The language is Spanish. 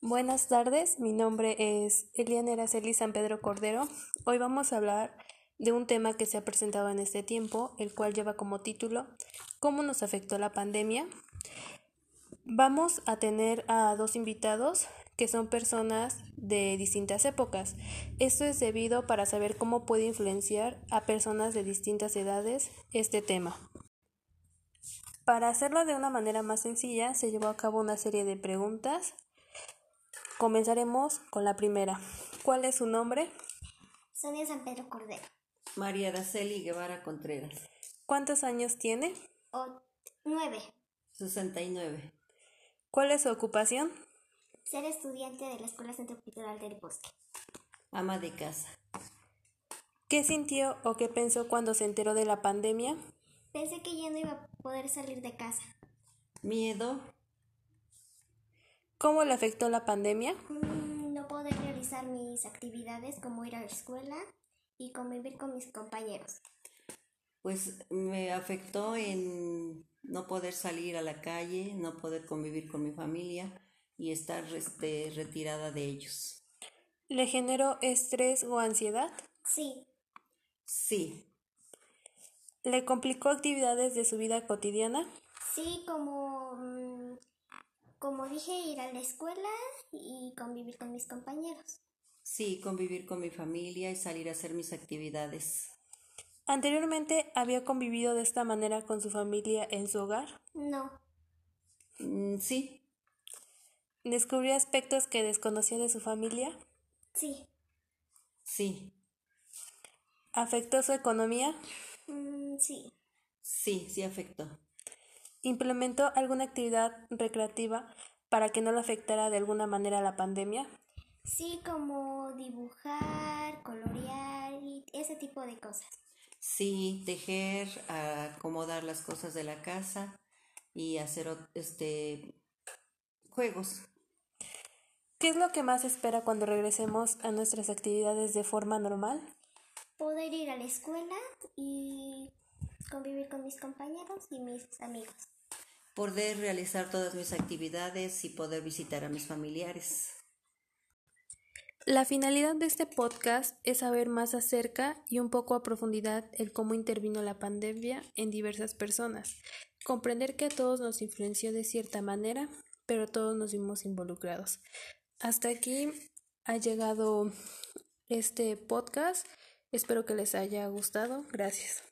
Buenas tardes, mi nombre es Eliana Araceli San Pedro Cordero. Hoy vamos a hablar de un tema que se ha presentado en este tiempo, el cual lleva como título ¿Cómo nos afectó la pandemia? Vamos a tener a dos invitados que son personas de distintas épocas. Esto es debido para saber cómo puede influenciar a personas de distintas edades este tema. Para hacerlo de una manera más sencilla, se llevó a cabo una serie de preguntas Comenzaremos con la primera. ¿Cuál es su nombre? Sonia San Pedro Cordero. María Araceli Guevara Contreras. ¿Cuántos años tiene? O- nueve. 69. ¿Cuál es su ocupación? Ser estudiante de la Escuela Centro Cultural del Bosque. Ama de casa. ¿Qué sintió o qué pensó cuando se enteró de la pandemia? Pensé que ya no iba a poder salir de casa. Miedo. ¿Cómo le afectó la pandemia? Mm, no poder realizar mis actividades como ir a la escuela y convivir con mis compañeros. Pues me afectó en no poder salir a la calle, no poder convivir con mi familia y estar este, retirada de ellos. ¿Le generó estrés o ansiedad? Sí, Sí, ¿Le complicó actividades de su vida cotidiana? sí, como, mm, como dije, ir a la escuela y convivir con mis compañeros. sí, convivir con mi familia y salir a hacer mis actividades. ¿Anteriormente había convivido de esta manera con su familia en su hogar? No, Mm, sí, ¿Descubrió aspectos que desconocía de su familia? sí, sí, ¿Afectó su economía? mm, sí, sí, sí afectó. ¿Implementó alguna actividad recreativa para que no le afectara de alguna manera la pandemia? sí, como dibujar, colorear y ese tipo de cosas. Sí, tejer, acomodar las cosas de la casa y hacer ot- este juegos. ¿Qué es lo que más espera cuando regresemos a nuestras actividades de forma normal? poder ir a la escuela y convivir con mis compañeros y mis amigos. poder realizar todas mis actividades y poder visitar a mis familiares. La finalidad de este podcast es saber más acerca y un poco a profundidad el cómo intervino la pandemia en diversas personas, comprender que a todos nos influenció de cierta manera, pero todos nos vimos involucrados. Hasta aquí ha llegado este podcast, espero que les haya gustado, gracias.